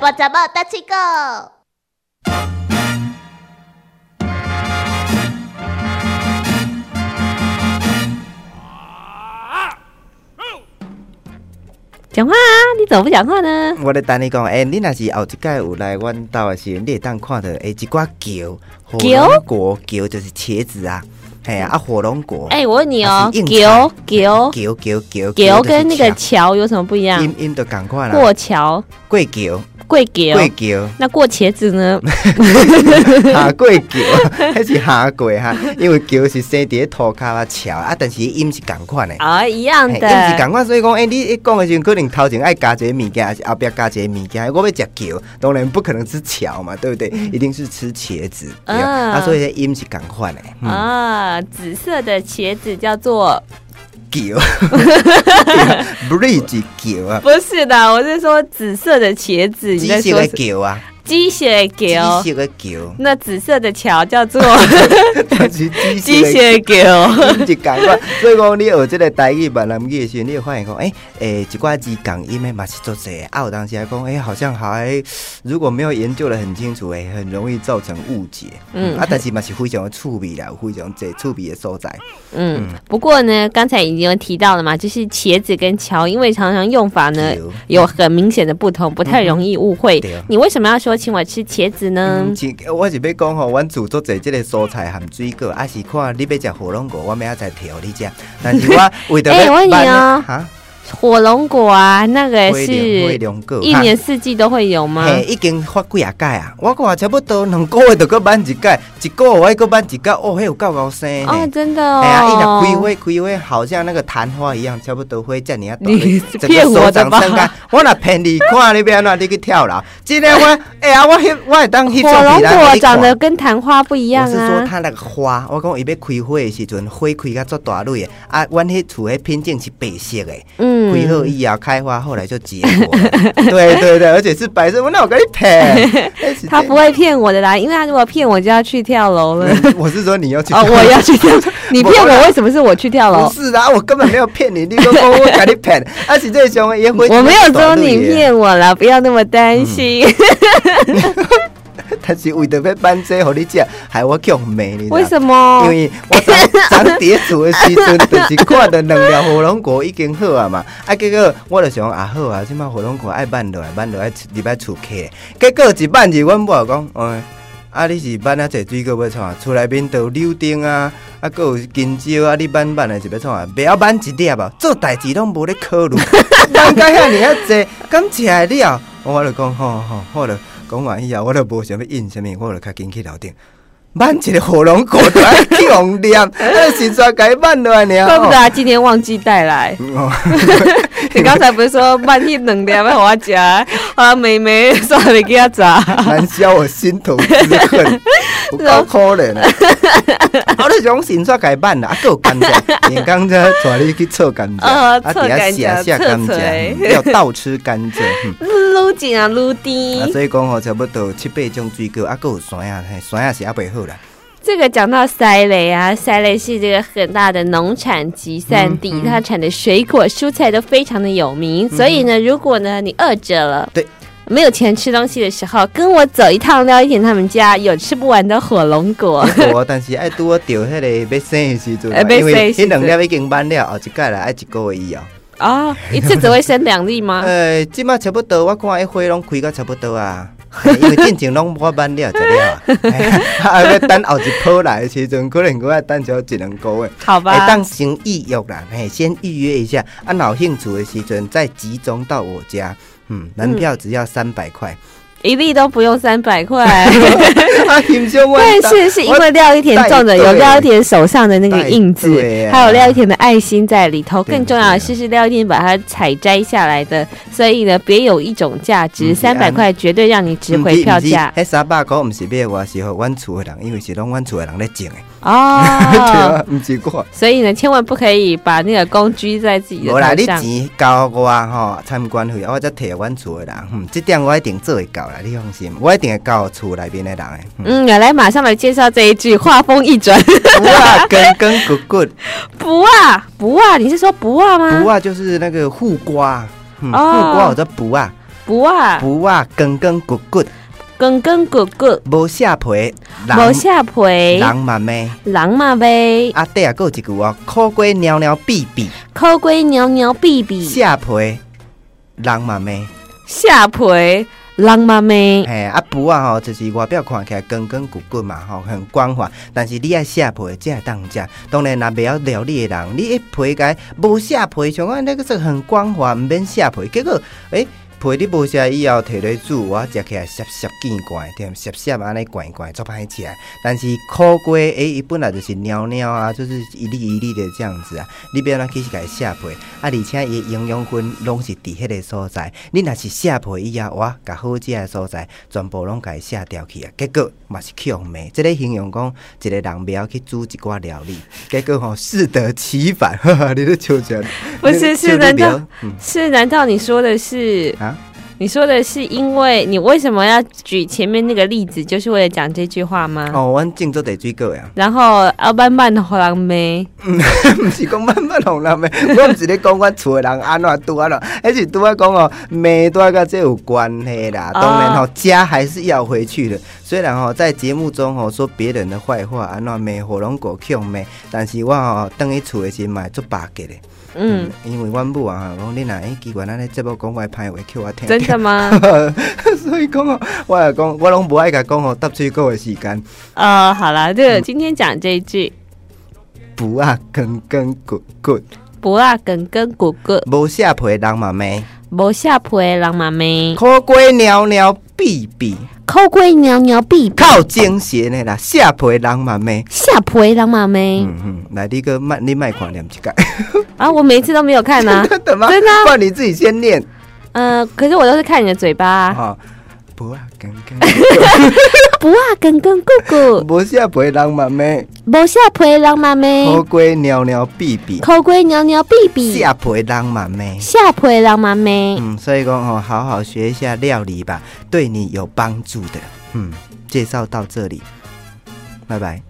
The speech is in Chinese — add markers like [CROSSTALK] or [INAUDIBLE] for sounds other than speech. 波杂报大气 Go。讲话啊！你怎么不讲话呢？我咧等你讲，哎、欸，你若是后一届有来阮兜的时候，你会当看到哎、欸、一寡球，火龙果球就是茄子啊，嘿啊，啊火龙果，哎、我问你哦，还是硬球球球球球球跟那个就是桥有什么不一茄样？音音都赶快啦，过桥过球过桥，过球那过茄子 [LAUGHS] 呢？下过球， [LAUGHS] 迄是下过哈，因为球是生伫咧涂骹啊桥啊，但是音是共款的。啊，一样嘿的。音是共款，所以讲，哎、你一讲的时候，可能头前爱加一个物件，还是后壁加一个物件。我要食球，当然不可能吃桥嘛，对不对？一定是吃茄子，对嗯啊啊，所以这音是共款的。嗯啊，紫色的茄子叫做 [LAUGHS] 球，bridge 球啊，不是的，我是说紫色的茄子。你紫在色说的什球啊，鸡血紫球？，色的球 [LAUGHS] 那紫色的桥叫 [LAUGHS] 做但是 [LAUGHS] 紫鸡色的血球。音是共款，所以讲你学这个台语、闽南语的时候，你会发现讲，诶、诶、一寡字共音的嘛是做侪，啊，有当时还讲，诶、好像还如果没有研究的很清楚，诶、很容易造成误解。嗯嗯，啊，但是嘛是非常有趣味啦，有非常侪趣味的所在。嗯，不过呢，刚才已经有提到了嘛，就是茄子跟桥，因为常常用法呢有有很明显的不同，不太容易误会。哦对啊你为什么要说请我吃茄子呢？嗯，是我是要讲吼，阮煮做者即个蔬菜含水果，啊是看你要食火龙果，我明仔载调你食。但是我为着哎我问你办哦的哈，火龙果啊，那个火龙火是龙果，一年四季都会有吗哈。？嘿，已经发几啊届啊！我看差不多两个月就搁挽一届，一个月搁挽一届，哦，迄有够高生呢。哦，真的哎呀，伊哦若。开花开花，好像那个昙花一样，差不多会这样大你，整个骗我手的掌吧伸开。我若骗你，看你要安怎，你去跳楼。[LAUGHS] 真的我，哎呀，我翕我会当翕火照龙片来互果你长看得跟昙花不一样我是说啊。它那个花，我讲伊要开花的时阵，花开甲足大蕊的，啊，阮迄厝迄品种是白色的，开好嗯，以后开花，后来就结 [LAUGHS] 果了。对对对，而且是白色，我那我跟你骗，哎那是他不会骗我的啦，因为他如果骗我就要去跳楼 [LAUGHS] 了。真的。我是说你要去哦，我要去 [LAUGHS] 跳，你骗我为什么是我去跳楼不？是啊，我根本没有骗你，你都说我跟你 [LAUGHS] 骗，而且这熊也会。我没有说你，骗我啦，不要那么担心。 [LAUGHS] 但是为着要办这互你食，害我强骂你。啊为什么因？为我长长跌厝的时阵，就是看到两条火龙果已经好啊嘛，啊结果我就想啊好啊，即摆火龙果爱挽落来，挽落来入来厝客，结果一挽入阮某讲，哎，啊你是挽啊济水果要创啊，厝内面都有柳丁啊，啊搁有香蕉啊，你挽挽的是要创啊，袂晓挽一粒啊，做代志拢无咧考虑，人家遐尔啊济，敢食会了？我就讲吼吼，我就讲完以后，我就无想要应啥物，我就较紧去楼顶。挽一个火龙果都要去用念，那是专该挽落来尔。怪不得他今天忘记带来。哦，你刚才 [LAUGHS] 不是说半夜冷的要给我夹？啊，妹妹算了，你给他砸。 [LAUGHS] 难消我心头之恨，有够可怜 [LAUGHS] 啊！我咧想先煞该挽啦，啊，还 [LAUGHS] 有甘蔗，你刚才带你去测甘蔗，呃啊，测甘蔗下下甘测蔗，锤嗯要倒吃甘蔗。 [LAUGHS] 嗯撸紧啊，撸啊，低。所以讲吼，差不多有七八种水果，啊，还有山啊，嘿山啊是还袂 [LAUGHS] 好啦。这个讲到塞雷啊，塞雷是这个很大的农产集散地，它产的水果、蔬菜都非常的有名。所以呢，如果呢你饿着了，对。没有钱吃东西的时候，跟我走一趟，撩一点他们家有吃不完的火龙果。无，但是爱拄好着迄个要生的时阵嘛，啊哎要因为生迄的时阵两粒已经挽了，后一届来爱一个月以后。哦，一次只会生两粒吗？ [LAUGHS] 呃，即马差不多，我看迄花拢开到差不多啊。 [LAUGHS] 嘿因为进前拢我挽了，食了啊，嘿 [LAUGHS] 啊要等后一波来的时阵，可能我要等少一两个月。好会吧，哎当先预约啦，嘿，先预约一下。啊，若有兴趣的时阵再集中到我家。嗯，门票只要三百 [LAUGHS] 块。 [LAUGHS] 一粒都不用三百块。啊，欣赏我的但是是因为廖一田种的，带队有廖一田手上的那个印带子队，啊还有廖一田的爱心在里头。对更重要的是，是廖一田把它采摘下来的，所以呢，别有一种价值，嗯是三啊百块绝对让你值嗯回票价迄三百箍毋是买我，是互阮厝的人，因为是拢阮厝的人咧种的。 [LAUGHS] 哦。对啊，毋是我。所以呢，千万不可以把那个公居在自己的无啦，头你上。钱交我吼，参观费我再摕给阮厝的人，嗯，这点我一定做会到啦，你放心，我一定会交厝内面的人的。嗯嗯，来马上来介绍这一句，话锋一转， [LAUGHS] 不啊，根根骨骨，不啊不啊，你是说不啊吗？不啊就是那个护瓜，嗯，哦护瓜我叫不啊，不啊，脯啊光光骨骨，根根骨骨，无下皮，无人下皮，人嘛咩？人嘛呗，啊底啊，还有一句哦，苦瓜鸟鸟闭闭，抠龟鸟鸟闭闭，下皮人嘛咩？下皮，人嘛呗，嘿，啊脯啊吼，就是外表看起来光光骨骨嘛吼，很光滑，但是你爱下皮才会当食。当然，若袂晓料理的人，你一皮解无下皮，像我那个是很光滑，毋免下皮。结果，诶、皮你无下以后，摕来煮，我食起来涩涩见怪，点涩涩安尼怪怪，足歹食。但是苦瓜，诶、伊本来就是鸟鸟啊，就是一粒一粒的这样子啊，你不要那去改下皮，啊，而且伊的营养分拢是伫迄个所在，你若是下皮以后，哇，甲好食的所在全部拢甲伊下掉去啊，结果嘛是去互骂，即、个形容讲一个人袂晓去煮一寡料理，结果吼、适得其反， [LAUGHS] 哈哈，你咧笑啥？不是是你笑你难不要道嗯是？难道你说的是？啊？你说的是因为你为什么要举前面那个例子，就是为了讲这句话吗？哦，阮种做地水果呀。然后要慢慢的人没，毋是讲慢慢互人骂， [LAUGHS] 我毋是咧讲阮厝诶人安怎拄安怎，迄是拄仔讲哦，骂拄仔甲这有关系啦。哦当然吼、家还是要回去的。虽然吼、在节目中吼、说别人的坏话，安怎骂火龙果强骂，但是我吼、倒去厝诶时嘛会做巴结咧。嗯，，因为阮母啊，讲你若诶，机关咱咧节目讲我的歹话，叫我听。真的吗？ [LAUGHS] 所以讲哦，我也讲，我拢无爱甲讲吼，搭水果诶时间，呃，好了，这个今天讲这一句，不啊，根根骨骨，不啊梗跟骨骨，无下皮人嘛骂。无下皮的人嘛没，苦瓜鸟鸟闭闭，抠龟鸟鸟闭闭，靠精神的啦，下皮人嘛咩？下皮的人嘛没嗯嗯，来你个慢，你卖看念一个，啊！我每次都没有看啊， [LAUGHS] 真的吗？真的啊不然你自己先念呃，可是我都是看你的嘴巴啊，啊。不啊，刚刚 [LAUGHS] 不啊梗跟骨骨，无下皮人嘛咩？无下皮的人嘛没，苦瓜鸟鸟闭闭，抠龟鸟鸟闭闭，下皮人嘛咩？下皮的人嘛没。嗯，所以讲哦，好好学一下料理吧，对你有帮助的。嗯，介绍到这里，拜拜。